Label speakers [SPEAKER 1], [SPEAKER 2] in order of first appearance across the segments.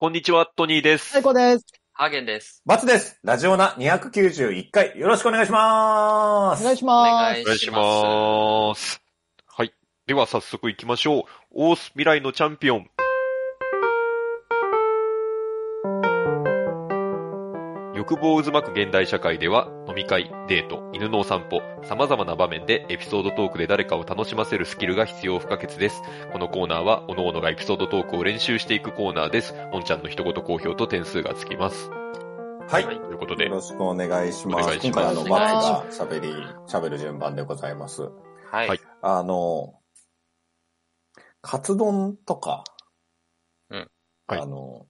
[SPEAKER 1] こんにちは、トニーです
[SPEAKER 2] 最。高です。
[SPEAKER 3] ハーゲンです。
[SPEAKER 4] バツです。ラジオナ291回、よろしくお願いしま
[SPEAKER 2] お
[SPEAKER 4] す。
[SPEAKER 2] 願いし
[SPEAKER 3] お
[SPEAKER 2] ま
[SPEAKER 3] 願い
[SPEAKER 1] お願い
[SPEAKER 3] し
[SPEAKER 1] し
[SPEAKER 3] ます。
[SPEAKER 1] ます。はい。では早速行きましょう。オース未来のチャンピオン。欲望渦巻く現代社会では、飲み会、デート、犬のお散歩、様々な場面でエピソードトークで誰かを楽しませるスキルが必要不可欠です。このコーナーは、各々がエピソードトークを練習していくコーナーです。おんちゃんの一言好評と点数がつきます。
[SPEAKER 4] はい。
[SPEAKER 3] はい
[SPEAKER 4] よ
[SPEAKER 1] ということで、
[SPEAKER 4] ろしくお願いしま
[SPEAKER 1] お願
[SPEAKER 4] す。
[SPEAKER 1] いし
[SPEAKER 4] 今
[SPEAKER 1] ます
[SPEAKER 4] 回あの、バツが喋り、喋る順番でございます。
[SPEAKER 3] はい。
[SPEAKER 1] はい
[SPEAKER 4] あの、カツ丼とか、
[SPEAKER 3] うん
[SPEAKER 1] はい
[SPEAKER 4] あの、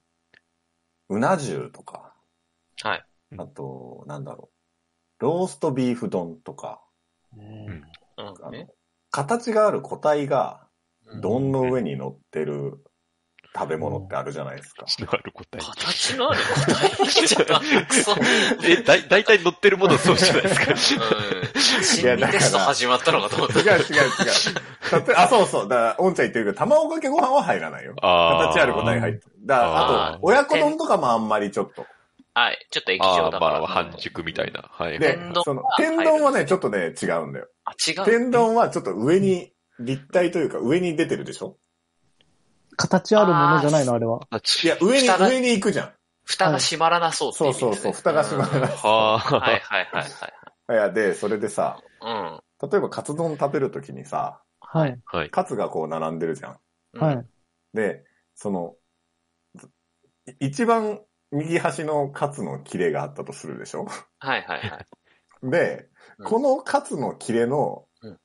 [SPEAKER 4] うな重とか、
[SPEAKER 3] はい
[SPEAKER 4] あと、なんだろう、ローストビーフ丼とか、
[SPEAKER 3] う
[SPEAKER 4] あ
[SPEAKER 3] んね
[SPEAKER 4] の、形がある個体が、
[SPEAKER 3] うん
[SPEAKER 4] 丼の上に乗ってる食べ物ってあるじゃないですか。
[SPEAKER 1] しのある答え。
[SPEAKER 3] 形のある答えにしちゃった。くそ。うん。
[SPEAKER 1] え、だい、だいたい乗ってるものそうじゃないですか。
[SPEAKER 3] 心理テスト始まったのかと思っ
[SPEAKER 4] 違う違う違う。例えあ、そうそう。だから、おんちゃん言ってるけど、卵かけご飯は入らないよ。
[SPEAKER 1] あ
[SPEAKER 4] 形ある答え入ってる。だから、
[SPEAKER 1] あー
[SPEAKER 4] あと、親子丼とかもあんまりちょっと。
[SPEAKER 3] た。はい。ちょっと液
[SPEAKER 1] あ
[SPEAKER 3] 状
[SPEAKER 1] あ、
[SPEAKER 3] だ
[SPEAKER 1] ま
[SPEAKER 3] から。
[SPEAKER 1] あ、半熟みたいな。はい。
[SPEAKER 4] で
[SPEAKER 3] 天丼、
[SPEAKER 4] その、
[SPEAKER 3] 入る
[SPEAKER 4] 天丼はね、ちょっとね、違うんだよ。
[SPEAKER 3] あ、違う。
[SPEAKER 4] 天丼はちょっと上に、立体というか上に出てるでしょ
[SPEAKER 2] す。形あるものじゃないの、あれは。
[SPEAKER 4] いや、上に、
[SPEAKER 3] 蓋が
[SPEAKER 4] 上に行くじゃん。
[SPEAKER 3] 蓋が閉まらなそうってい
[SPEAKER 4] そう
[SPEAKER 3] 意
[SPEAKER 4] う
[SPEAKER 3] 味で
[SPEAKER 4] そ
[SPEAKER 3] ね
[SPEAKER 4] うそう、蓋が閉まらない。
[SPEAKER 1] は
[SPEAKER 3] うんは
[SPEAKER 1] あ、
[SPEAKER 3] いはいはい
[SPEAKER 4] いや、で、それでさ、
[SPEAKER 3] はい。
[SPEAKER 4] 例えばカツ丼食べるときにさ、
[SPEAKER 2] はい。
[SPEAKER 1] はい。
[SPEAKER 4] カツがこう並んでるじゃん。
[SPEAKER 3] うん。
[SPEAKER 2] は
[SPEAKER 3] うん
[SPEAKER 2] い。
[SPEAKER 4] で、その、い一番右端のカツの切れがあったとするでしょ
[SPEAKER 3] はいはいはい。
[SPEAKER 4] で、
[SPEAKER 3] うん
[SPEAKER 4] このカツの切れの
[SPEAKER 3] うん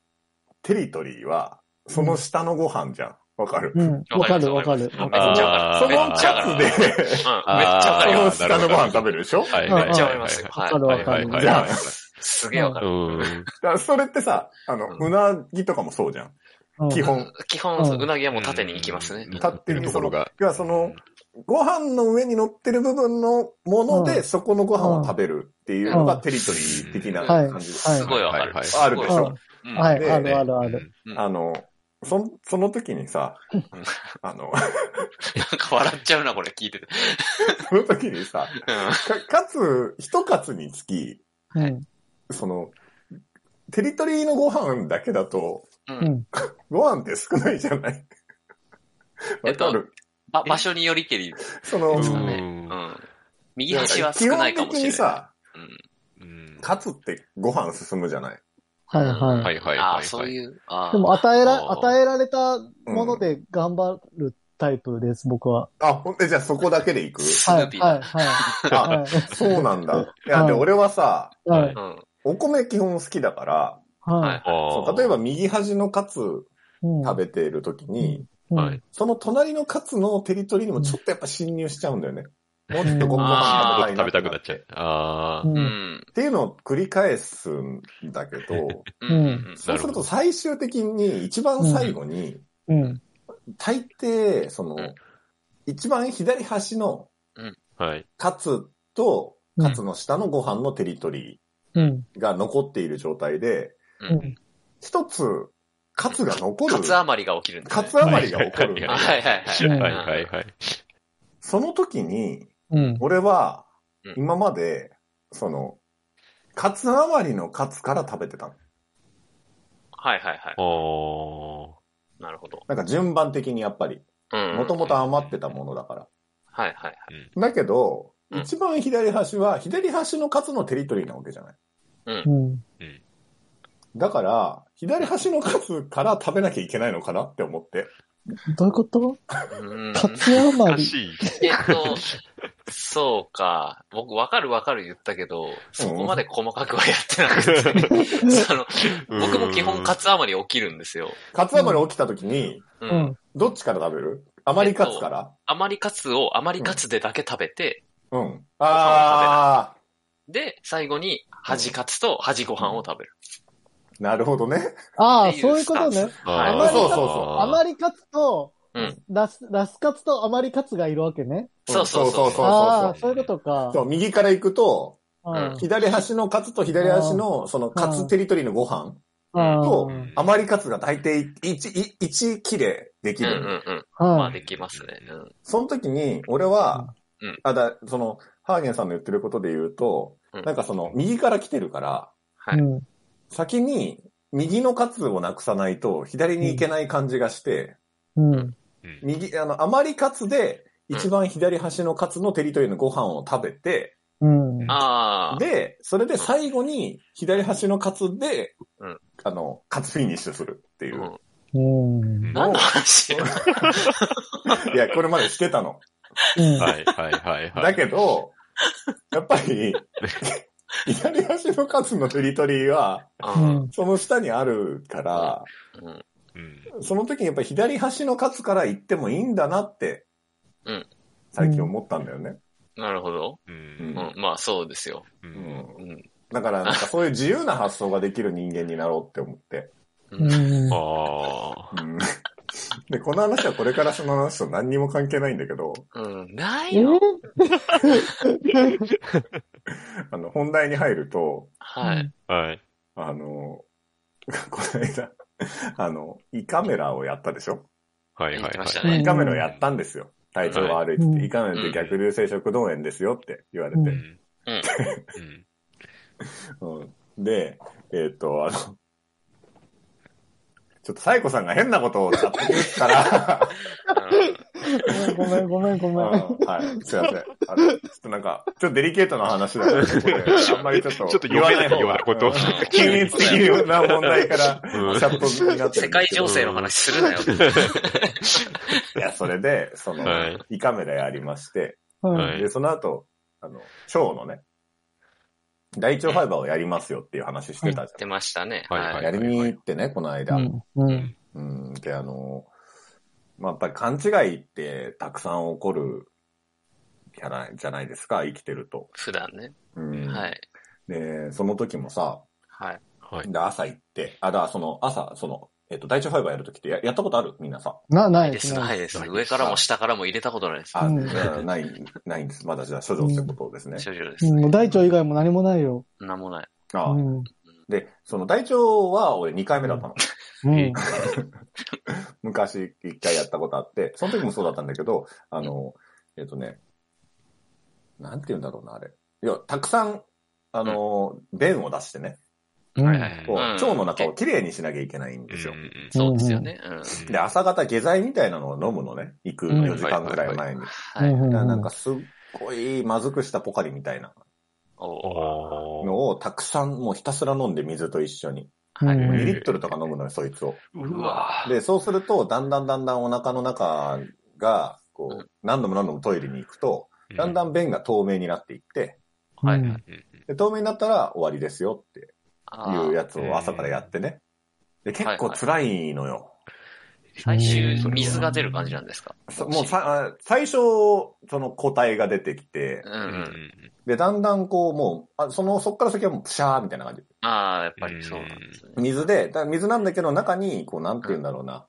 [SPEAKER 4] テリトリーは、その下のご飯じゃん。わかる、
[SPEAKER 2] うん。わかるわかる。
[SPEAKER 3] めっち
[SPEAKER 1] あー
[SPEAKER 3] ゃわかる。
[SPEAKER 4] そ
[SPEAKER 3] めっ
[SPEAKER 4] の
[SPEAKER 3] ちゃわ
[SPEAKER 4] カ
[SPEAKER 3] かる。
[SPEAKER 4] ツ
[SPEAKER 3] うんめっ
[SPEAKER 4] で、
[SPEAKER 3] ちゃわかる
[SPEAKER 4] そ
[SPEAKER 3] よ。
[SPEAKER 4] の下のご飯食べるでしょ、
[SPEAKER 1] はい。
[SPEAKER 2] め
[SPEAKER 3] めっちゃわかりますよ。
[SPEAKER 1] は
[SPEAKER 3] は
[SPEAKER 2] わ
[SPEAKER 3] い。
[SPEAKER 2] かるわ
[SPEAKER 1] い。
[SPEAKER 2] か
[SPEAKER 1] はい。
[SPEAKER 2] る
[SPEAKER 1] はい。
[SPEAKER 4] じゃあ
[SPEAKER 3] すげえわか
[SPEAKER 1] う
[SPEAKER 3] る。
[SPEAKER 1] ん。
[SPEAKER 4] だからそれってさ、あの、
[SPEAKER 3] う
[SPEAKER 4] うなぎとかもそうじゃん。
[SPEAKER 2] うん
[SPEAKER 4] 基本。
[SPEAKER 3] 基本、うなぎはもう縦に行きますね。
[SPEAKER 4] 立ってる
[SPEAKER 1] ところが。
[SPEAKER 4] 要はその、ご飯の上に乗ってる部分のもの
[SPEAKER 2] う
[SPEAKER 4] で、
[SPEAKER 2] ん
[SPEAKER 4] そこのご飯を食べるっていうの
[SPEAKER 2] う
[SPEAKER 4] が
[SPEAKER 2] ん
[SPEAKER 4] テリトリー的な
[SPEAKER 2] はい
[SPEAKER 4] 感じです。
[SPEAKER 2] はい
[SPEAKER 3] すごいわか
[SPEAKER 1] は
[SPEAKER 3] る
[SPEAKER 1] い。
[SPEAKER 4] あるでしょ
[SPEAKER 3] うん
[SPEAKER 2] はい、
[SPEAKER 4] で
[SPEAKER 2] あるあるある。
[SPEAKER 3] うん
[SPEAKER 4] あの、そん、その時にさ、あの、
[SPEAKER 3] なんか笑っちゃうな、これ聞いてて。
[SPEAKER 4] その時にさ、
[SPEAKER 3] うん
[SPEAKER 4] か、かつ、一かつにつき、
[SPEAKER 2] うん。
[SPEAKER 4] その、テリトリーのご飯だけだと、
[SPEAKER 3] うん
[SPEAKER 2] うん。
[SPEAKER 4] ご飯って少ないじゃない
[SPEAKER 3] え
[SPEAKER 4] わ
[SPEAKER 3] っと
[SPEAKER 4] かる、
[SPEAKER 3] ば場所によりけりです
[SPEAKER 4] そうの、
[SPEAKER 3] か
[SPEAKER 1] ん
[SPEAKER 3] ね。うん。右端は少ないかもしれない。
[SPEAKER 4] 基本的にさ、
[SPEAKER 3] うん
[SPEAKER 1] うん。
[SPEAKER 4] カツってご飯進むじゃない
[SPEAKER 2] はい
[SPEAKER 1] は
[SPEAKER 2] はい
[SPEAKER 1] はい。
[SPEAKER 3] ああ、そういう。ああ。
[SPEAKER 2] い。でも、与えら、
[SPEAKER 1] あー
[SPEAKER 2] 与えられたもので頑張るタイプです、僕は。
[SPEAKER 4] あ、ほんで、じゃあそこだけで 行く
[SPEAKER 2] はい、
[SPEAKER 3] ヌー
[SPEAKER 2] はい、
[SPEAKER 3] ピーだ
[SPEAKER 2] は
[SPEAKER 4] あ、そうなんだ。いや、で、
[SPEAKER 2] はい
[SPEAKER 4] 俺はさ、
[SPEAKER 2] い。はい、
[SPEAKER 3] うん。
[SPEAKER 4] お米基本好きだから、
[SPEAKER 2] はい。
[SPEAKER 4] そ
[SPEAKER 1] あ
[SPEAKER 4] う例えば右端のカツ食
[SPEAKER 2] 食
[SPEAKER 4] べている時に、
[SPEAKER 2] べ
[SPEAKER 1] はい。
[SPEAKER 4] その隣のカツのテリトリーにもちょっとやっぱ侵入しちゃうんだよね。もうちょっとご
[SPEAKER 3] あ
[SPEAKER 4] 飯
[SPEAKER 3] ー
[SPEAKER 1] 食
[SPEAKER 4] 食
[SPEAKER 1] べ
[SPEAKER 4] べ
[SPEAKER 1] たく
[SPEAKER 4] たく
[SPEAKER 1] な
[SPEAKER 4] な
[SPEAKER 1] っ
[SPEAKER 4] っ
[SPEAKER 1] ち
[SPEAKER 4] ち
[SPEAKER 1] ゃ
[SPEAKER 4] ゃ
[SPEAKER 1] う
[SPEAKER 4] う。。
[SPEAKER 1] ああ。
[SPEAKER 2] う。
[SPEAKER 3] うんん。
[SPEAKER 4] っていうのを繰り返すん だけど、
[SPEAKER 2] う
[SPEAKER 3] う
[SPEAKER 2] ん
[SPEAKER 3] ん。
[SPEAKER 4] そうすると最終的に一番最後に、
[SPEAKER 2] うん。
[SPEAKER 4] 大抵、その
[SPEAKER 3] うん、
[SPEAKER 4] 一番左端の
[SPEAKER 1] はい。
[SPEAKER 4] カツとカツの下のご飯のテリトリ
[SPEAKER 2] うん。
[SPEAKER 4] ーが残っている状態で、
[SPEAKER 3] うん
[SPEAKER 4] 一つカツが残る
[SPEAKER 3] カ、ツ余りが起きるんだね。
[SPEAKER 4] カツ余りが起こる。
[SPEAKER 3] はいはいはい。
[SPEAKER 1] はいはいはい。
[SPEAKER 4] その時に、
[SPEAKER 2] うん。
[SPEAKER 4] 俺は
[SPEAKER 3] うん
[SPEAKER 4] 今まで、その、カツ余りのカツから食べてたの。
[SPEAKER 3] はいはいはい。
[SPEAKER 1] あ
[SPEAKER 3] なるほど。
[SPEAKER 4] なんか順番的にやっぱり、
[SPEAKER 3] うん。
[SPEAKER 4] もともと余ってたものだから。
[SPEAKER 3] はいはいはい。
[SPEAKER 4] だけど、
[SPEAKER 3] うん
[SPEAKER 4] 一番左端は、左端の数のテリトリーなわけじゃない。
[SPEAKER 2] うん。
[SPEAKER 4] だから、左端の数から食べなきゃいけないのかなって思って。
[SPEAKER 2] どういうこと
[SPEAKER 3] うん。
[SPEAKER 2] カツヤ
[SPEAKER 1] あ。
[SPEAKER 2] マ
[SPEAKER 1] 難
[SPEAKER 2] リ。
[SPEAKER 1] しい。
[SPEAKER 3] えっと、そうか。僕、わかるわかる言ったけど、そこまで細かくはやってなくて。その、僕も基本カツ余り起きるんですよ。
[SPEAKER 4] カツ余り起きた時に、
[SPEAKER 2] う
[SPEAKER 3] う。
[SPEAKER 2] んん。
[SPEAKER 4] どっちから食べる余りカツから、
[SPEAKER 3] 余りカツを余りカツでだけ食べて、
[SPEAKER 4] うん。あ
[SPEAKER 3] で、最後に端カツと端ご飯を食べる。
[SPEAKER 4] ー、なるほどね。
[SPEAKER 2] ああ、
[SPEAKER 3] って
[SPEAKER 2] そういうこと
[SPEAKER 3] スタ
[SPEAKER 2] ね
[SPEAKER 3] ン。スはい
[SPEAKER 2] あまり
[SPEAKER 4] そうそう
[SPEAKER 2] あまりカツと
[SPEAKER 3] うん、
[SPEAKER 2] ラス、ラスカツとあまりカツがいるわけね。
[SPEAKER 3] そうそうそう
[SPEAKER 4] うんそうそう
[SPEAKER 2] ああ、
[SPEAKER 4] そう
[SPEAKER 2] そういうことか。
[SPEAKER 4] そう。右から行くと、
[SPEAKER 3] うん
[SPEAKER 4] 左端のカツと左端の、そのカツテリトリーのご飯
[SPEAKER 2] うん
[SPEAKER 4] と
[SPEAKER 1] うん、
[SPEAKER 4] 余りカツが大体1、一一切れ、でき
[SPEAKER 3] うんう
[SPEAKER 4] る。
[SPEAKER 3] んうん。まあ
[SPEAKER 2] はい。
[SPEAKER 3] できますね。うん。
[SPEAKER 4] その時に、俺は、
[SPEAKER 3] うん
[SPEAKER 4] あだ、その、ハーゲンさんの言ってることで言うと、
[SPEAKER 3] うん
[SPEAKER 4] なんかその、右から来てるから、
[SPEAKER 3] はい
[SPEAKER 2] うん。
[SPEAKER 4] 先に、右の喝をなくさないと、左に行けない感じがして、
[SPEAKER 2] うん。
[SPEAKER 1] うん
[SPEAKER 4] 右、あの、余り喝で、一番左端の喝のテリトリーのご飯を食べて、
[SPEAKER 2] うん。
[SPEAKER 3] ああ。
[SPEAKER 4] で、それで最後に、左端の喝で、
[SPEAKER 3] うん
[SPEAKER 4] あの、喝フィニッシュするっていうう。
[SPEAKER 3] ん
[SPEAKER 2] うん。
[SPEAKER 3] 何の話
[SPEAKER 4] いや、これまでしてたの。
[SPEAKER 2] うん。
[SPEAKER 1] はい、はい、はい、はい。
[SPEAKER 4] だけど、やっぱり、左足の数のテリトリーは、
[SPEAKER 2] う
[SPEAKER 3] うん
[SPEAKER 2] ん。
[SPEAKER 4] その下にあるから、
[SPEAKER 3] うん
[SPEAKER 1] うん。
[SPEAKER 4] その時にやっぱり左端の数から行ってもいいんだなって
[SPEAKER 3] うん、
[SPEAKER 4] 最近思ったんだよね。
[SPEAKER 3] なるほど。
[SPEAKER 1] う。
[SPEAKER 3] うんん。まあそうですよ。
[SPEAKER 1] う。
[SPEAKER 4] うんん
[SPEAKER 3] うん。
[SPEAKER 4] だから、なんかそういう自由な発想ができる人間になろうって思って。
[SPEAKER 2] う
[SPEAKER 3] うん
[SPEAKER 2] ん。
[SPEAKER 1] あ
[SPEAKER 4] うんで、この話はこれからその話と何にも関係ないんだけど、
[SPEAKER 3] うん。ない
[SPEAKER 2] え
[SPEAKER 3] よ。
[SPEAKER 4] あの、本題に入ると、
[SPEAKER 3] はい。
[SPEAKER 1] あ。はい。
[SPEAKER 4] あの、この間、あの、胃カメラをやったでしょ
[SPEAKER 1] はい、はい
[SPEAKER 3] 言っ
[SPEAKER 1] は
[SPEAKER 3] て
[SPEAKER 1] い。
[SPEAKER 3] ました
[SPEAKER 2] うん
[SPEAKER 4] 胃
[SPEAKER 3] ね。
[SPEAKER 4] カメラをやったんですよ。体調が悪いって言っ
[SPEAKER 2] うん
[SPEAKER 4] て、胃カメラって逆流性食道炎ですよって言われて。
[SPEAKER 1] うん。
[SPEAKER 3] うん
[SPEAKER 1] うん。
[SPEAKER 4] うんで、えっ、と、あの、ちょっとサイコさんが変なことをやってるから、
[SPEAKER 2] ごめん、ごめん、ご
[SPEAKER 4] うん
[SPEAKER 2] めん。
[SPEAKER 4] はい、すいません。あの、ちょっとなんか、ちょっとデリケートな話だから、これあんまりちょっと。
[SPEAKER 1] ちょっと読めないようなことを
[SPEAKER 4] 言わない方がうん急に次のような問題から、
[SPEAKER 1] うん
[SPEAKER 4] チャットになってるんですけど
[SPEAKER 3] 世界情勢の話するなよ。
[SPEAKER 4] いや、それで、その
[SPEAKER 1] はい、
[SPEAKER 4] 胃カメラやりまして、
[SPEAKER 2] はい。
[SPEAKER 4] で、その後、あの、腸のね、大腸ファイバーをやりますよっていう話してたじ
[SPEAKER 3] 出ましたね。
[SPEAKER 1] はい
[SPEAKER 4] ゃん。
[SPEAKER 1] は
[SPEAKER 4] や
[SPEAKER 1] い
[SPEAKER 4] りに行ってね、この間。
[SPEAKER 2] うん。うん。
[SPEAKER 4] うん。で、あの、まあ、やっぱり勘違いってたくさん起こるじゃない、じゃないですか、生きてると。
[SPEAKER 3] 普段ね。
[SPEAKER 4] うん。
[SPEAKER 3] はい。
[SPEAKER 4] で、その時もさ、
[SPEAKER 3] はい。
[SPEAKER 1] はい。
[SPEAKER 4] で朝行って、あ、だからその朝、その、えっと、大腸ファイバーやるときってややったことあるみんなさ。
[SPEAKER 2] な、ない
[SPEAKER 3] で
[SPEAKER 2] です
[SPEAKER 3] す、
[SPEAKER 2] ね。
[SPEAKER 3] ないです。上からも下からも入れたことないです。
[SPEAKER 4] あ、
[SPEAKER 2] うん
[SPEAKER 4] いやない、ないんです。まだじゃあ、処女ってことですね。
[SPEAKER 3] 諸女です
[SPEAKER 2] う。ん、もう大腸以外も何もないよ。
[SPEAKER 3] なんもない。
[SPEAKER 4] あ
[SPEAKER 2] う
[SPEAKER 4] あ
[SPEAKER 2] ん。
[SPEAKER 4] で、その大腸は俺2回目だったの。
[SPEAKER 2] うん。
[SPEAKER 4] 昔1回やったことあって、その時もそうだったんだけど、あの、えっとね、なんて言うんだろうな、あれ。いや、たくさん、あの、便を出してね、
[SPEAKER 2] うん
[SPEAKER 1] はいはい
[SPEAKER 4] こう
[SPEAKER 1] うん
[SPEAKER 4] 腸の中をきれいにしなきゃいけないんですよ。
[SPEAKER 3] そうですよね。うん。
[SPEAKER 4] で、朝方下剤みたいなのを飲むのね、行く
[SPEAKER 2] うん
[SPEAKER 4] 4時間ぐらい前に。
[SPEAKER 2] う
[SPEAKER 3] は
[SPEAKER 2] ん
[SPEAKER 3] い。
[SPEAKER 2] うん
[SPEAKER 4] だからなんかすっごいまずくしたポカリみたいな
[SPEAKER 1] あ
[SPEAKER 3] お
[SPEAKER 1] ー
[SPEAKER 4] のをたくさんもうひたすら飲んで水と一緒に。
[SPEAKER 2] うん
[SPEAKER 3] はい。
[SPEAKER 4] 2リットルとか飲むのよ、そいつを。
[SPEAKER 1] うわ
[SPEAKER 4] で、そうすると、だんだんだんだんお腹の中が、
[SPEAKER 3] う
[SPEAKER 4] こ
[SPEAKER 3] ん
[SPEAKER 4] う、何度も何度もトイレに行くと、
[SPEAKER 1] ー
[SPEAKER 4] だんだん便が透明になっていって、
[SPEAKER 3] はい
[SPEAKER 2] うん
[SPEAKER 1] うん
[SPEAKER 4] で透明になったら終わりですよって
[SPEAKER 3] あ
[SPEAKER 4] い
[SPEAKER 3] ー
[SPEAKER 4] うやつを朝からやってね。で、結構辛いのよ。
[SPEAKER 3] 最終、水が出る感じなんですか
[SPEAKER 4] そもうさ、あ最初、その個体が出てきて
[SPEAKER 3] う、んう
[SPEAKER 1] うん
[SPEAKER 3] ん。
[SPEAKER 4] で、だんだんこう、もう、あその、そっから先はもうプシャーみたいな感じ。
[SPEAKER 3] ああ、やっぱりそうなんですね。
[SPEAKER 4] 水で、だ水なんだけど中に、こう、なんて言うんだろうな。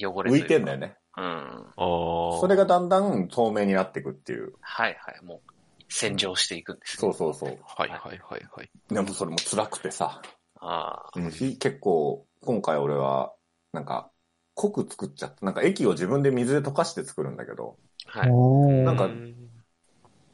[SPEAKER 3] 汚れと
[SPEAKER 4] 浮
[SPEAKER 3] うか
[SPEAKER 4] いてんだよ。ね。
[SPEAKER 3] うん。
[SPEAKER 1] あー
[SPEAKER 4] それがだんだん透明になっていくっていう。
[SPEAKER 3] はいはい。もう、洗浄していくんです
[SPEAKER 4] そう
[SPEAKER 3] ね。
[SPEAKER 4] そうそう。
[SPEAKER 1] はいはいはいはい。
[SPEAKER 4] でもそれも辛くてさ。
[SPEAKER 3] あ
[SPEAKER 1] うん
[SPEAKER 4] ひ結構、今回俺は、なんか、濃く作っちゃった。なんか液を自分で水で溶かして作るんだけど、
[SPEAKER 3] あ。はい。
[SPEAKER 2] おー
[SPEAKER 4] なんか
[SPEAKER 1] う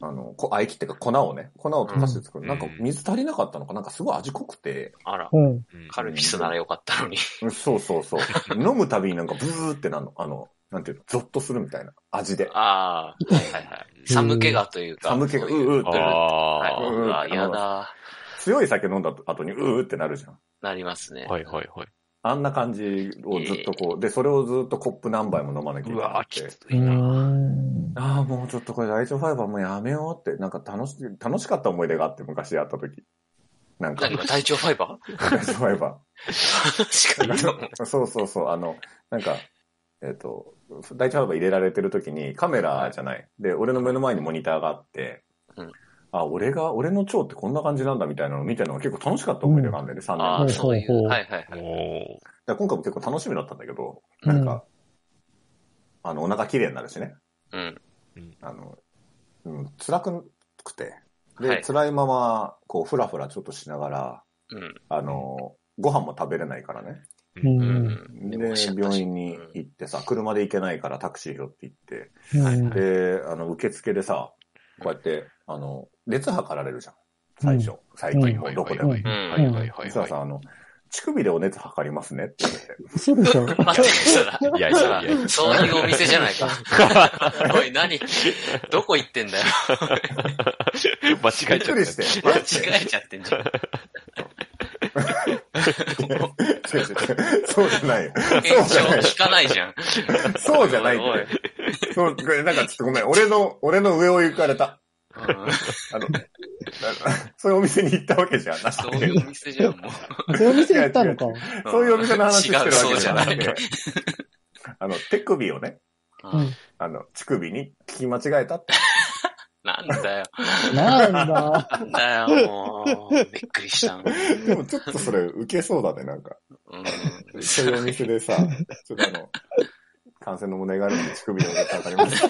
[SPEAKER 4] あの、こあ、液っていうか粉をね、粉を溶かして作る。
[SPEAKER 1] うん
[SPEAKER 4] なんか水足りなかったのかなんかすごい味濃くて、
[SPEAKER 3] あら。
[SPEAKER 2] うん。
[SPEAKER 1] うん
[SPEAKER 3] カルピスならよかったのに。
[SPEAKER 4] そうそ うそう。飲むたびになんかブーってなの、あの、なんていうの、ゾッとするみたいな味で。
[SPEAKER 3] ああ、はいはいはい。寒気がというか。
[SPEAKER 4] 寒気がう
[SPEAKER 3] そういう
[SPEAKER 4] うーってなる。
[SPEAKER 3] は
[SPEAKER 1] あ
[SPEAKER 3] い。
[SPEAKER 1] あ
[SPEAKER 4] うん
[SPEAKER 3] うわ、嫌だ。
[SPEAKER 4] 強い酒飲んだ後にうーってなるじゃん。
[SPEAKER 3] なりますね。
[SPEAKER 1] はいはいはい。
[SPEAKER 4] あんな感じをずっとこう、で、それをずっとコップ何杯も飲まなきゃいうけな
[SPEAKER 1] わー
[SPEAKER 4] くて
[SPEAKER 1] き。つ
[SPEAKER 2] う
[SPEAKER 1] いな。
[SPEAKER 2] ん。
[SPEAKER 4] ああ、もうちょっとこれ、ライトファイバーもうやめようって、なんか楽し、楽しかった思い出があって、昔やった時。なんか、ラ
[SPEAKER 3] 何
[SPEAKER 4] イ
[SPEAKER 3] か体調ファイバー
[SPEAKER 4] トファイバ
[SPEAKER 3] 確かに。
[SPEAKER 4] ー。そうそうそう、あの、なんか、えっ、と、ライトファイバー入れられてる時にカメラじゃない。で、俺の目の前にモニターがあって、
[SPEAKER 3] うん
[SPEAKER 4] あ、俺が、俺の腸ってこんな感じなんだみたいなの見てるのが結構楽しかった思い出があるんだよね、3年
[SPEAKER 3] あ
[SPEAKER 4] 前。
[SPEAKER 3] あ、
[SPEAKER 4] だか
[SPEAKER 3] そうい
[SPEAKER 2] ほう
[SPEAKER 3] う。
[SPEAKER 2] ほう
[SPEAKER 3] はいはいはい。
[SPEAKER 1] お
[SPEAKER 4] ら今回も結構楽しみだったんだけど、
[SPEAKER 2] う
[SPEAKER 4] なんんか、あの、お腹綺麗になるしね。
[SPEAKER 3] うん。
[SPEAKER 4] あの、うん、辛くくて。で、
[SPEAKER 3] はい
[SPEAKER 4] 辛いまま、こう、ふらふらちょっとしながら、
[SPEAKER 3] うん。
[SPEAKER 4] あの、ご飯も食べれないからね。
[SPEAKER 2] うん
[SPEAKER 4] で、
[SPEAKER 3] でもし
[SPEAKER 4] 病院に行ってさ、車で行けないからタクシー拾って行って、で、あの、受付でさ、こうやって、あの、列測られるじゃん。最初、最近もどこでも。
[SPEAKER 2] うん
[SPEAKER 1] はいは
[SPEAKER 2] う
[SPEAKER 1] い
[SPEAKER 2] ん
[SPEAKER 1] はいはい
[SPEAKER 4] 実はさ、あの、乳首でお熱測りますねって言って。
[SPEAKER 2] そうでしょ
[SPEAKER 3] 待って、そら、
[SPEAKER 1] いやい やいや。
[SPEAKER 3] そういうお店じゃないか。おい、何どこ行ってんだ よ。
[SPEAKER 1] 間違
[SPEAKER 4] び
[SPEAKER 1] え
[SPEAKER 4] っ
[SPEAKER 1] ちゃ
[SPEAKER 4] く
[SPEAKER 1] っ
[SPEAKER 4] り
[SPEAKER 1] た
[SPEAKER 4] し。て。
[SPEAKER 3] 間 違えちゃってんじゃん。もう
[SPEAKER 4] 違う違う違うそうじゃないよ。そうじゃない
[SPEAKER 3] 延長聞かないじゃん。
[SPEAKER 4] そうじゃない
[SPEAKER 3] おいおい
[SPEAKER 4] って。そう、これなんかちょっとごめん。俺の、俺の上を行かれた。
[SPEAKER 3] うん
[SPEAKER 4] あの、あの そういうお店に行ったわけじゃなく
[SPEAKER 3] そう
[SPEAKER 4] て
[SPEAKER 3] いうお店じゃん、もう。
[SPEAKER 2] そういう店行ったのか。
[SPEAKER 3] ん
[SPEAKER 4] そういうお店の話してるわ
[SPEAKER 3] 違う、そ
[SPEAKER 4] け
[SPEAKER 3] う
[SPEAKER 4] じ
[SPEAKER 3] じ
[SPEAKER 4] ゃ
[SPEAKER 3] ゃ
[SPEAKER 4] な
[SPEAKER 3] な
[SPEAKER 4] く
[SPEAKER 3] い。
[SPEAKER 4] て、あの、手首をね、
[SPEAKER 3] うん
[SPEAKER 4] あの、乳首に聞き間違えたって。
[SPEAKER 3] なんだよ。
[SPEAKER 2] なんだ。
[SPEAKER 3] なんだよ、もう。びっくりした。
[SPEAKER 4] でもちょっとそれ受けそうだね、なんか。
[SPEAKER 3] うん。
[SPEAKER 4] そういうお店でさ、ちょっとあの、感染の問題があるので乳首でお熱測ります。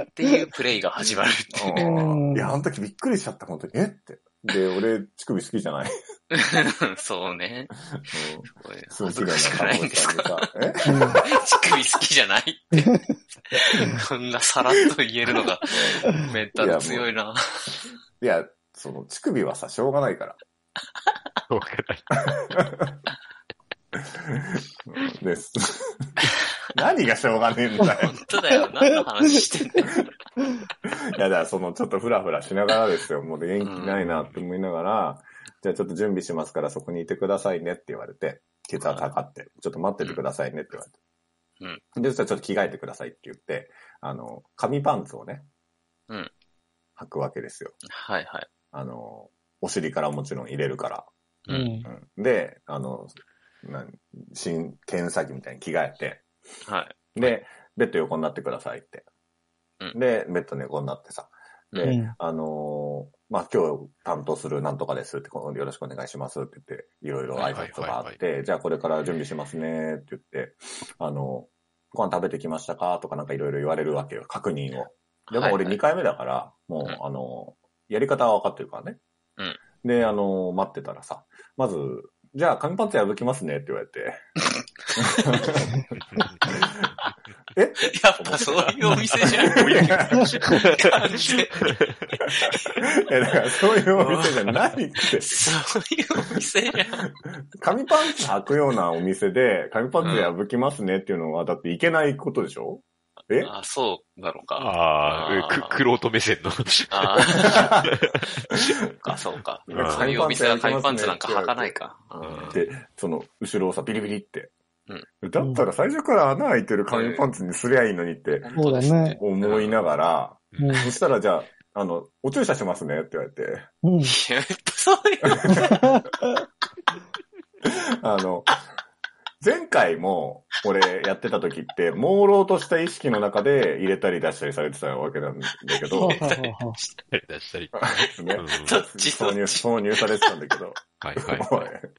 [SPEAKER 3] っていうプレイが始まるっていう。
[SPEAKER 2] うん
[SPEAKER 4] いや、あの時びっくりしちゃった、本当に。えって。で、俺、乳首好きじゃない。
[SPEAKER 3] そうね。
[SPEAKER 4] うん
[SPEAKER 3] すごい
[SPEAKER 4] すごい
[SPEAKER 3] 恥
[SPEAKER 4] 綺
[SPEAKER 3] ず
[SPEAKER 4] 麗
[SPEAKER 3] かしく
[SPEAKER 4] な
[SPEAKER 3] ない
[SPEAKER 4] 顔
[SPEAKER 3] んですか
[SPEAKER 4] してたんでさ。え
[SPEAKER 2] う
[SPEAKER 3] 乳首好きじゃないって。こんなさらっと言えるのが、メンタル強いな。
[SPEAKER 4] いや、その、乳首はさ、しょうがないから。
[SPEAKER 1] わかんない
[SPEAKER 4] です。 何がしょうがねえんだ よ。
[SPEAKER 3] 本当だよ。何の話してんの
[SPEAKER 4] いや、だからその、ちょっとフラフラしながらですよ。もう元気ないなって思いながら、じゃあちょっと準備しますからそこにいてくださいねって言われて、血圧測って、ちょっと待っててくださいねって言われて。うん。で、そしたらちょっと着替えてくださいって言って、あの、紙パンツをね、
[SPEAKER 3] うん。
[SPEAKER 4] 履くわけですよ。
[SPEAKER 3] はいはい。
[SPEAKER 4] あの、お尻からもちろん入れるか
[SPEAKER 2] ん。
[SPEAKER 4] ら。うん。で、あの、なん新検査着みたいに着替えて、
[SPEAKER 3] はい。
[SPEAKER 4] で、ベッド横になってくださいって。
[SPEAKER 3] う
[SPEAKER 4] で、ベッド横になってさ。で、
[SPEAKER 2] うん
[SPEAKER 4] あのーまあ、今日担当するなんとかですって、このよろしくお願いしますって言って、いろいろ挨拶があ
[SPEAKER 1] はいはいは
[SPEAKER 4] って、じゃあこれから準備しますねって言って、あのご飯食べてきましたかとかなんかいろいろ言われるわけよ、確認を。で
[SPEAKER 3] はい
[SPEAKER 4] も
[SPEAKER 3] はい
[SPEAKER 4] 俺2回目だから、もう、
[SPEAKER 3] うん
[SPEAKER 4] あのやり方は分かってるからね。
[SPEAKER 3] うん
[SPEAKER 4] で、あの待ってたらさ、まず、じゃあ紙パンツ破きますねって言われて、え
[SPEAKER 3] やっぱそういうお店 じゃん。
[SPEAKER 4] いや
[SPEAKER 3] 完全に
[SPEAKER 4] いや、だからそういうお店じゃないって。
[SPEAKER 3] そういうお店じゃん。
[SPEAKER 4] 紙パンツ履くようなお店で、紙パンツ破きますねっていうのは、だっていけないことでしょえ
[SPEAKER 3] あ、そうなのか。
[SPEAKER 1] あ
[SPEAKER 3] あ
[SPEAKER 1] あ、
[SPEAKER 3] ー
[SPEAKER 1] く、くろうと目線の。
[SPEAKER 3] ああ。そうか、そうか。
[SPEAKER 4] うん
[SPEAKER 3] そういうお店は紙パンツなんか履かないか。
[SPEAKER 1] ん
[SPEAKER 4] で、その、後ろをさ、ビリビリって。だ
[SPEAKER 2] ん
[SPEAKER 4] ったら最初から穴開いてる紙パンツにすりゃいいのにって
[SPEAKER 3] うん
[SPEAKER 2] そうだね。
[SPEAKER 4] 思いながら、
[SPEAKER 2] うん
[SPEAKER 4] そしたらじゃあ、あの、お注射しますねって言われて、
[SPEAKER 2] うん。
[SPEAKER 3] いや、やっぱそういう。
[SPEAKER 4] あの、前回も、俺やってた時って、朦朧とした意識の中で入れたり出したりされてたわけなんだ
[SPEAKER 2] は
[SPEAKER 4] け
[SPEAKER 2] あ
[SPEAKER 4] ど
[SPEAKER 2] は、あはあ
[SPEAKER 1] 出したり。
[SPEAKER 4] ね
[SPEAKER 1] うん
[SPEAKER 3] どっち
[SPEAKER 4] 挿入、挿入されてたんだけど、
[SPEAKER 1] はいはい
[SPEAKER 4] おい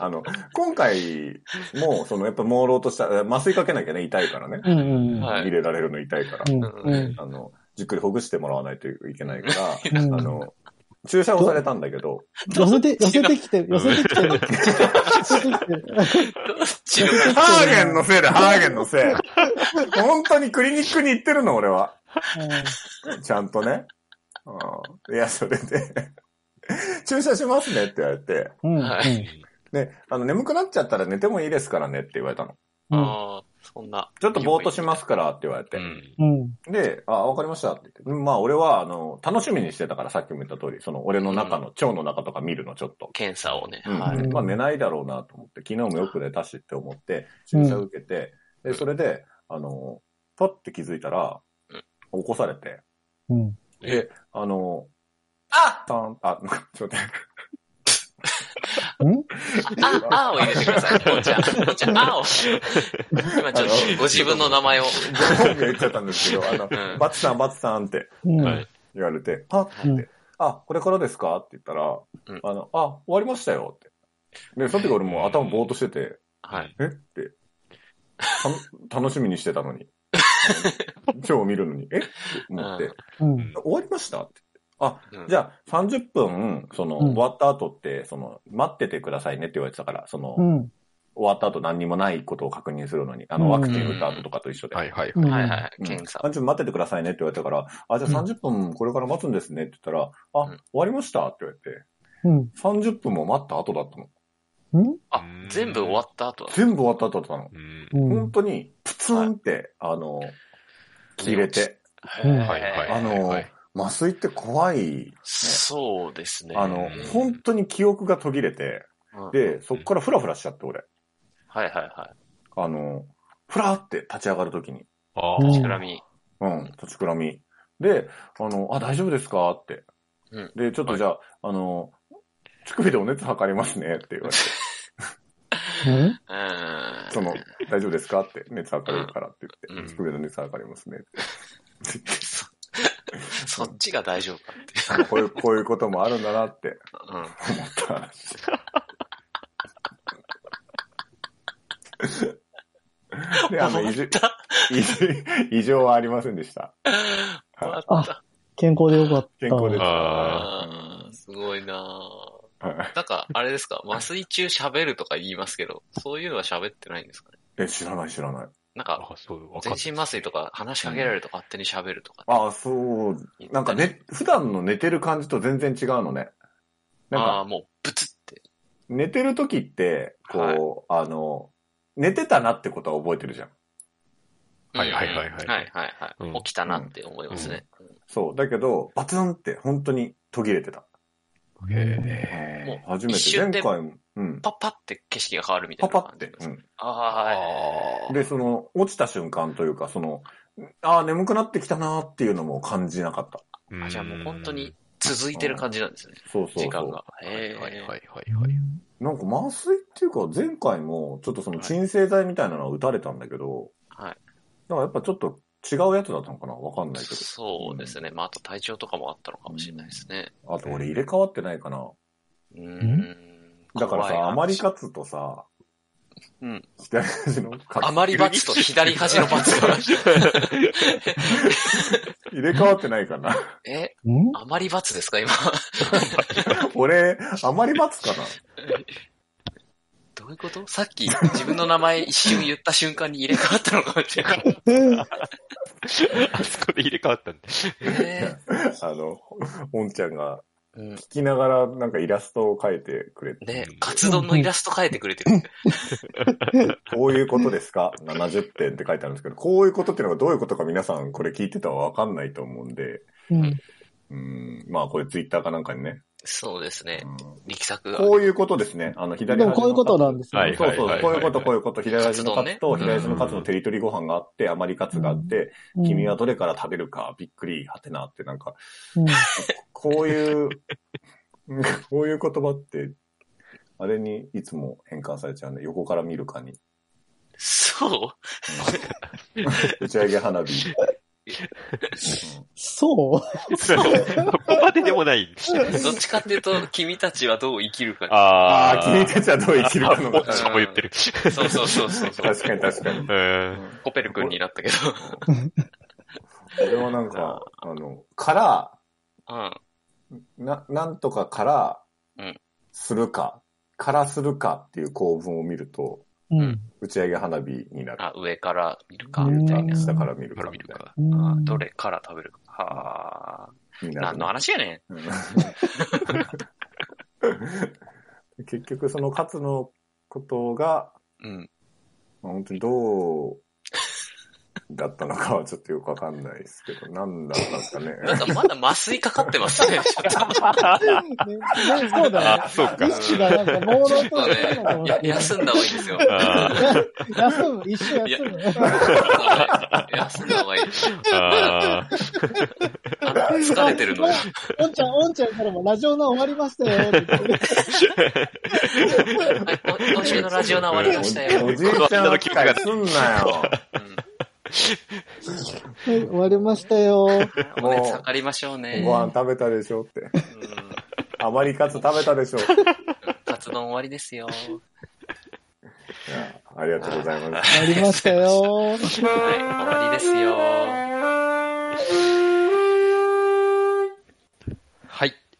[SPEAKER 4] あの、今回も、その、やっぱ朦朧とした、え麻酔かけなきゃね、痛いからね。
[SPEAKER 2] うんうん。
[SPEAKER 3] はい
[SPEAKER 4] 入れられるの痛いから
[SPEAKER 2] う、んうん。
[SPEAKER 4] あの、じっくりほぐしてもらわないといけないから、
[SPEAKER 2] う
[SPEAKER 4] あ
[SPEAKER 2] ん
[SPEAKER 4] の、注射をされたんだけど、
[SPEAKER 2] 寄せて、寄せてきてる、寄せてきてる。寄せてきてる。
[SPEAKER 3] どっちの
[SPEAKER 4] ハーゲンのせいだ、ハーゲンのせい。本当にクリニックに行ってるの、俺は。ちゃんとね。うんいや、それで、注射しますねって言われて、
[SPEAKER 2] うん。うん
[SPEAKER 3] は
[SPEAKER 4] で、あの、眠くなっちゃったら寝てもいいですからねって言われたの。
[SPEAKER 2] うん。
[SPEAKER 3] ああ、そんな。
[SPEAKER 4] ちょっとぼーっとしますからって言われて。
[SPEAKER 1] うん
[SPEAKER 2] うん。
[SPEAKER 4] で、あ、わかりましたって言って。うんまあ、俺は、あの、楽しみにしてたから、さっきも言った通り、その、俺の中の、腸の中とか見るの、ちょっと。
[SPEAKER 3] 検査をね。
[SPEAKER 4] うん
[SPEAKER 3] はい。
[SPEAKER 4] まあ、寝ないだろうなと思って、昨日もよく寝たしって思って、注射受けて、
[SPEAKER 1] ん
[SPEAKER 4] で、それで、あの、パッて気づいたら、起こされて、
[SPEAKER 2] うん。
[SPEAKER 4] で、あの、
[SPEAKER 3] あ
[SPEAKER 4] たん、あ、ちょっと待って、
[SPEAKER 3] あ、あを入れてください。お茶、お茶、あを。今ちょっとご自分の名前を。
[SPEAKER 4] 本名言っちゃったんですけど、あの
[SPEAKER 3] うん、
[SPEAKER 4] バツさん、バツさんって
[SPEAKER 2] うん。
[SPEAKER 1] はい
[SPEAKER 4] 言われて、パッて
[SPEAKER 2] う
[SPEAKER 4] 言っ
[SPEAKER 2] ん
[SPEAKER 4] て、あ、これからですかって言ったら、
[SPEAKER 3] うん
[SPEAKER 4] あの、あ、終わりましたよって。で、その時俺もう頭ぼーっとしてて、
[SPEAKER 3] はい。
[SPEAKER 4] えって。た楽しみにして たのに。あの蝶を見るのに、えって思って
[SPEAKER 3] うん、
[SPEAKER 2] うん。
[SPEAKER 4] 終わりましたってあ、
[SPEAKER 3] うん
[SPEAKER 4] じゃあ30分、その、
[SPEAKER 2] うん
[SPEAKER 4] 終わった後って、その、待っててくださいねって言われてたから、その、
[SPEAKER 2] うん。
[SPEAKER 4] 終わった後何にもないことを確認するのに、あの、ワクチン打った後とかと一緒で。
[SPEAKER 1] はいはい。
[SPEAKER 2] うん
[SPEAKER 3] はいはい。
[SPEAKER 4] うん
[SPEAKER 3] 検査。
[SPEAKER 4] 30分待っててくださいねって言われたから、あ、じゃあ30分これから待つんですねって言ったら、あ、
[SPEAKER 3] うん
[SPEAKER 4] 終わりましたって言われ
[SPEAKER 2] うん。
[SPEAKER 4] て、30分も待った後だったの。
[SPEAKER 2] うん
[SPEAKER 3] あ、全部終わった後だ。
[SPEAKER 4] 全部終わった後だったの。
[SPEAKER 1] うん。
[SPEAKER 2] うん
[SPEAKER 4] 本当に、プツンって、あの、切れて、
[SPEAKER 2] うん
[SPEAKER 1] はいはい。
[SPEAKER 4] あの
[SPEAKER 1] はい
[SPEAKER 4] 麻酔って怖い、
[SPEAKER 3] そうですね。
[SPEAKER 4] あの
[SPEAKER 3] うん、
[SPEAKER 4] 本当に記憶が途切れて、
[SPEAKER 3] うん
[SPEAKER 4] で、そっからフラフラしちゃって、俺。
[SPEAKER 3] はいはいは
[SPEAKER 4] あの、フラって立ち上がるときに。
[SPEAKER 1] あ
[SPEAKER 3] い。
[SPEAKER 1] ー
[SPEAKER 3] ちくらみ。
[SPEAKER 4] うん、立ちくらみ。で、あの、あ、大丈夫ですかって。
[SPEAKER 3] うん
[SPEAKER 4] で、ちょっとじゃあ、あの、乳首でお熱測りますねって言われ て、
[SPEAKER 2] うん
[SPEAKER 3] うん。
[SPEAKER 4] その、大丈夫ですかって、熱測れるからって言っ
[SPEAKER 3] う
[SPEAKER 4] て、
[SPEAKER 3] ん
[SPEAKER 4] 乳首の熱測りますねって。
[SPEAKER 3] そそっちが大丈夫かって
[SPEAKER 4] あのこういう、こういうこともあるんだなって
[SPEAKER 3] いう。うん。
[SPEAKER 4] 思った話。で、あの、異
[SPEAKER 3] 終わ
[SPEAKER 4] 常
[SPEAKER 3] っ
[SPEAKER 4] 異常異常はありませんでした。
[SPEAKER 3] た。終わっ
[SPEAKER 2] あ、健康でよかった。
[SPEAKER 4] 健康でした。
[SPEAKER 1] あ
[SPEAKER 3] た。すごいなぁ
[SPEAKER 4] はい
[SPEAKER 3] なんか、あれですか、麻酔中喋るとか言いますけど、そういうのは喋ってないんですかね
[SPEAKER 4] え、知らない知らない。
[SPEAKER 3] なんか、
[SPEAKER 1] あ、そう、わかん
[SPEAKER 3] 全
[SPEAKER 1] ない。
[SPEAKER 3] 身麻酔とか話しかけられると勝手に喋るとか。
[SPEAKER 4] ああ、そうなんか、ね、普段の寝てる感じと全然違うのね。なん
[SPEAKER 3] ああ
[SPEAKER 4] か、
[SPEAKER 3] ー、もう、ブツって。
[SPEAKER 4] 寝てる時って、こう、あの、寝てたなってことは覚えてるじゃん。
[SPEAKER 1] はいはいはいは
[SPEAKER 3] はいいはいはい、
[SPEAKER 1] うん
[SPEAKER 3] 起きたなって思いますね。
[SPEAKER 4] そう。だけど、バツンって本当に途切れてた。
[SPEAKER 1] へ
[SPEAKER 3] もう
[SPEAKER 4] 初め
[SPEAKER 3] 一
[SPEAKER 4] て。
[SPEAKER 3] 瞬
[SPEAKER 4] 前
[SPEAKER 3] で
[SPEAKER 4] 回も、うん。
[SPEAKER 3] パッパって景色が変わるみた
[SPEAKER 4] パ
[SPEAKER 3] いな
[SPEAKER 4] パ
[SPEAKER 3] 感
[SPEAKER 4] っ
[SPEAKER 3] じ
[SPEAKER 4] て
[SPEAKER 3] で。す。
[SPEAKER 4] うん
[SPEAKER 3] ああ。
[SPEAKER 4] で、その、落ちた瞬間というか、その、ああ、眠くなってきたなーっていうのも感じなかった。
[SPEAKER 1] ー
[SPEAKER 3] あじゃあもう本当に。続いてる感じなんですね。
[SPEAKER 4] そうそうそう。
[SPEAKER 3] 時間が。
[SPEAKER 1] うんはい
[SPEAKER 3] へ
[SPEAKER 1] はいはい
[SPEAKER 3] え。
[SPEAKER 1] はいはい。
[SPEAKER 4] なんか麻酔っていうか、前回も、ちょっとその鎮静剤みたいなのは打たれたんだけど、
[SPEAKER 3] はい。
[SPEAKER 4] だからやっぱちょっと違うやつだったのかなわかんないけ
[SPEAKER 3] そうですね。まあ、あと体調とかもあったのかもしれないですね。
[SPEAKER 4] ど。あと俺入れ替わってないかな。
[SPEAKER 3] うーん。
[SPEAKER 4] だから
[SPEAKER 3] 怖い
[SPEAKER 4] さ、
[SPEAKER 3] な
[SPEAKER 4] あまり勝つとさ、
[SPEAKER 3] うん。
[SPEAKER 4] 左 端の
[SPEAKER 3] あ
[SPEAKER 4] 勝
[SPEAKER 3] まり罰と左端の罰が。
[SPEAKER 4] つ入れ替わってないかな。
[SPEAKER 3] え、
[SPEAKER 2] うん
[SPEAKER 3] あまり罰ですか今。
[SPEAKER 4] 俺、あまり待つか
[SPEAKER 3] どういうことさっき自分の名前一瞬言った瞬間に入れ替わったのかもしれ ない。
[SPEAKER 1] あそこで入れ替わったんだ。
[SPEAKER 3] え
[SPEAKER 4] な。あの、おんちゃんが
[SPEAKER 3] ーうん
[SPEAKER 4] 聞きながらなんかイラストを描いてくれて、
[SPEAKER 3] ねカツ丼のイラスト描いてくれてる。
[SPEAKER 4] こういうことですか ?70 点って書いてあるんですけど、こういうことっていうのがどういうことか皆さんこれ聞いてたらわかんないと思うんで、
[SPEAKER 2] うん
[SPEAKER 4] うん、まあこれツイッターかなんかにね、
[SPEAKER 3] そうですね
[SPEAKER 4] う。ん
[SPEAKER 3] 力作が。
[SPEAKER 4] こういうことですね。あの、左
[SPEAKER 2] で
[SPEAKER 4] 端の
[SPEAKER 2] もこういうことなんですよ
[SPEAKER 1] はい
[SPEAKER 4] そうそう、こういうこと、こう
[SPEAKER 1] い。
[SPEAKER 4] いうこと、左端のカツと、
[SPEAKER 3] カツ丼ね
[SPEAKER 4] 左端のカツのテリトリーご飯があって、余りカツがあって、
[SPEAKER 2] うん
[SPEAKER 4] 君はどれから食べるか、びっくり、はてなって、なんか、
[SPEAKER 2] うん
[SPEAKER 4] こういう、 うんこういう言葉って、あれにいつも変換されちゃうんで、横から見るかに。
[SPEAKER 3] そう
[SPEAKER 4] 打ち上げ花火。
[SPEAKER 2] そう
[SPEAKER 1] そこまででもない。
[SPEAKER 3] どっちかっていうと、君たちはどう生きるか。
[SPEAKER 1] あ
[SPEAKER 4] ああ、君たちはどう生きるかの
[SPEAKER 1] こ
[SPEAKER 4] か
[SPEAKER 1] っ。ちも言ってる。
[SPEAKER 3] そうそうそうそうそう。
[SPEAKER 4] 確かに確かに。
[SPEAKER 1] うん。
[SPEAKER 3] コペル君になったけど。
[SPEAKER 4] これはなんか、あの、から、
[SPEAKER 3] うん。
[SPEAKER 4] な、なんとかから
[SPEAKER 3] うん、
[SPEAKER 4] するか、からするかっていう構文を見ると、
[SPEAKER 2] うん。
[SPEAKER 4] 打ち上げ花火になる。
[SPEAKER 3] あ、上から見るか、
[SPEAKER 2] うん
[SPEAKER 3] みたいな。
[SPEAKER 4] 下から見る
[SPEAKER 1] ほ
[SPEAKER 4] からみ
[SPEAKER 1] 見る
[SPEAKER 4] たい
[SPEAKER 1] か。
[SPEAKER 3] あ
[SPEAKER 2] うん
[SPEAKER 3] どれから食べるか。はあ。
[SPEAKER 4] にな
[SPEAKER 3] 何
[SPEAKER 4] る
[SPEAKER 3] の話やね
[SPEAKER 4] うん結局その勝つのことが、
[SPEAKER 3] ん。うん。
[SPEAKER 4] まあ本当にどう、だったのかはちょっとよくわかんないですけど、なんだったんですかね。
[SPEAKER 3] なんかまだ麻酔かかってます ね。ちょっと
[SPEAKER 2] ねね そうだね
[SPEAKER 1] あ、。そうか
[SPEAKER 2] 意。識がなんか、朦朧としてるのかもし
[SPEAKER 3] や
[SPEAKER 2] れない。
[SPEAKER 3] 休んだ方がいいですよ。
[SPEAKER 1] あ
[SPEAKER 2] 休む、一瞬休む。
[SPEAKER 3] 休んだ方がいい。
[SPEAKER 1] ーあー。
[SPEAKER 3] あ疲れてるのに。
[SPEAKER 2] おんちゃん、おんちゃんからもラジオナ終わりました よって言って。
[SPEAKER 3] はいこ今週のラジオナ終わりました
[SPEAKER 4] お
[SPEAKER 3] よ。
[SPEAKER 4] じいちゃん扱いすんなよ。
[SPEAKER 3] うん
[SPEAKER 2] はい終わりましたよ。
[SPEAKER 3] お熱測りましょうね。
[SPEAKER 4] ご飯食べたでしょって。
[SPEAKER 3] うん
[SPEAKER 4] あまりカツ食べたでしょ。い
[SPEAKER 3] カツ丼終わりです よ。
[SPEAKER 4] やありがとうございます。
[SPEAKER 2] 終わりましたよ。
[SPEAKER 3] はい、終わりですよ。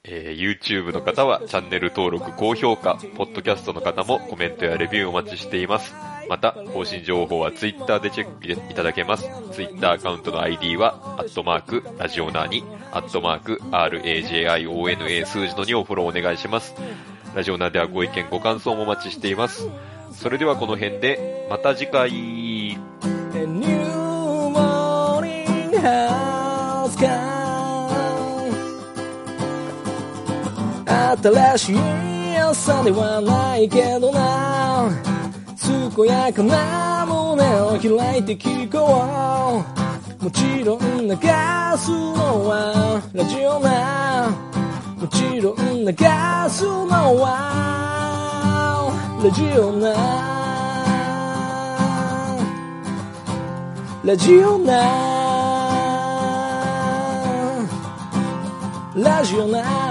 [SPEAKER 1] えー YouTube の方はチャンネル登録、高評価、ポッドキャストの方もコメントやレビューお待ちしています。また、更新情報は Twitter でチェックいただけます。Twitter アカウントの ID は、アットマーク、ラジオナーに、アットマーク、RAJIONA 数字の2をフォローお願いします。ラジオナーではご意見、ご感想もお待ちしています。それではこの辺で、また次回。
[SPEAKER 5] A new morning has come 新しい朝ではないけどな健やかな胸を開いて聞こうもちろん流すのはラジオなもちろん流すのはラジオなラジオなラジオな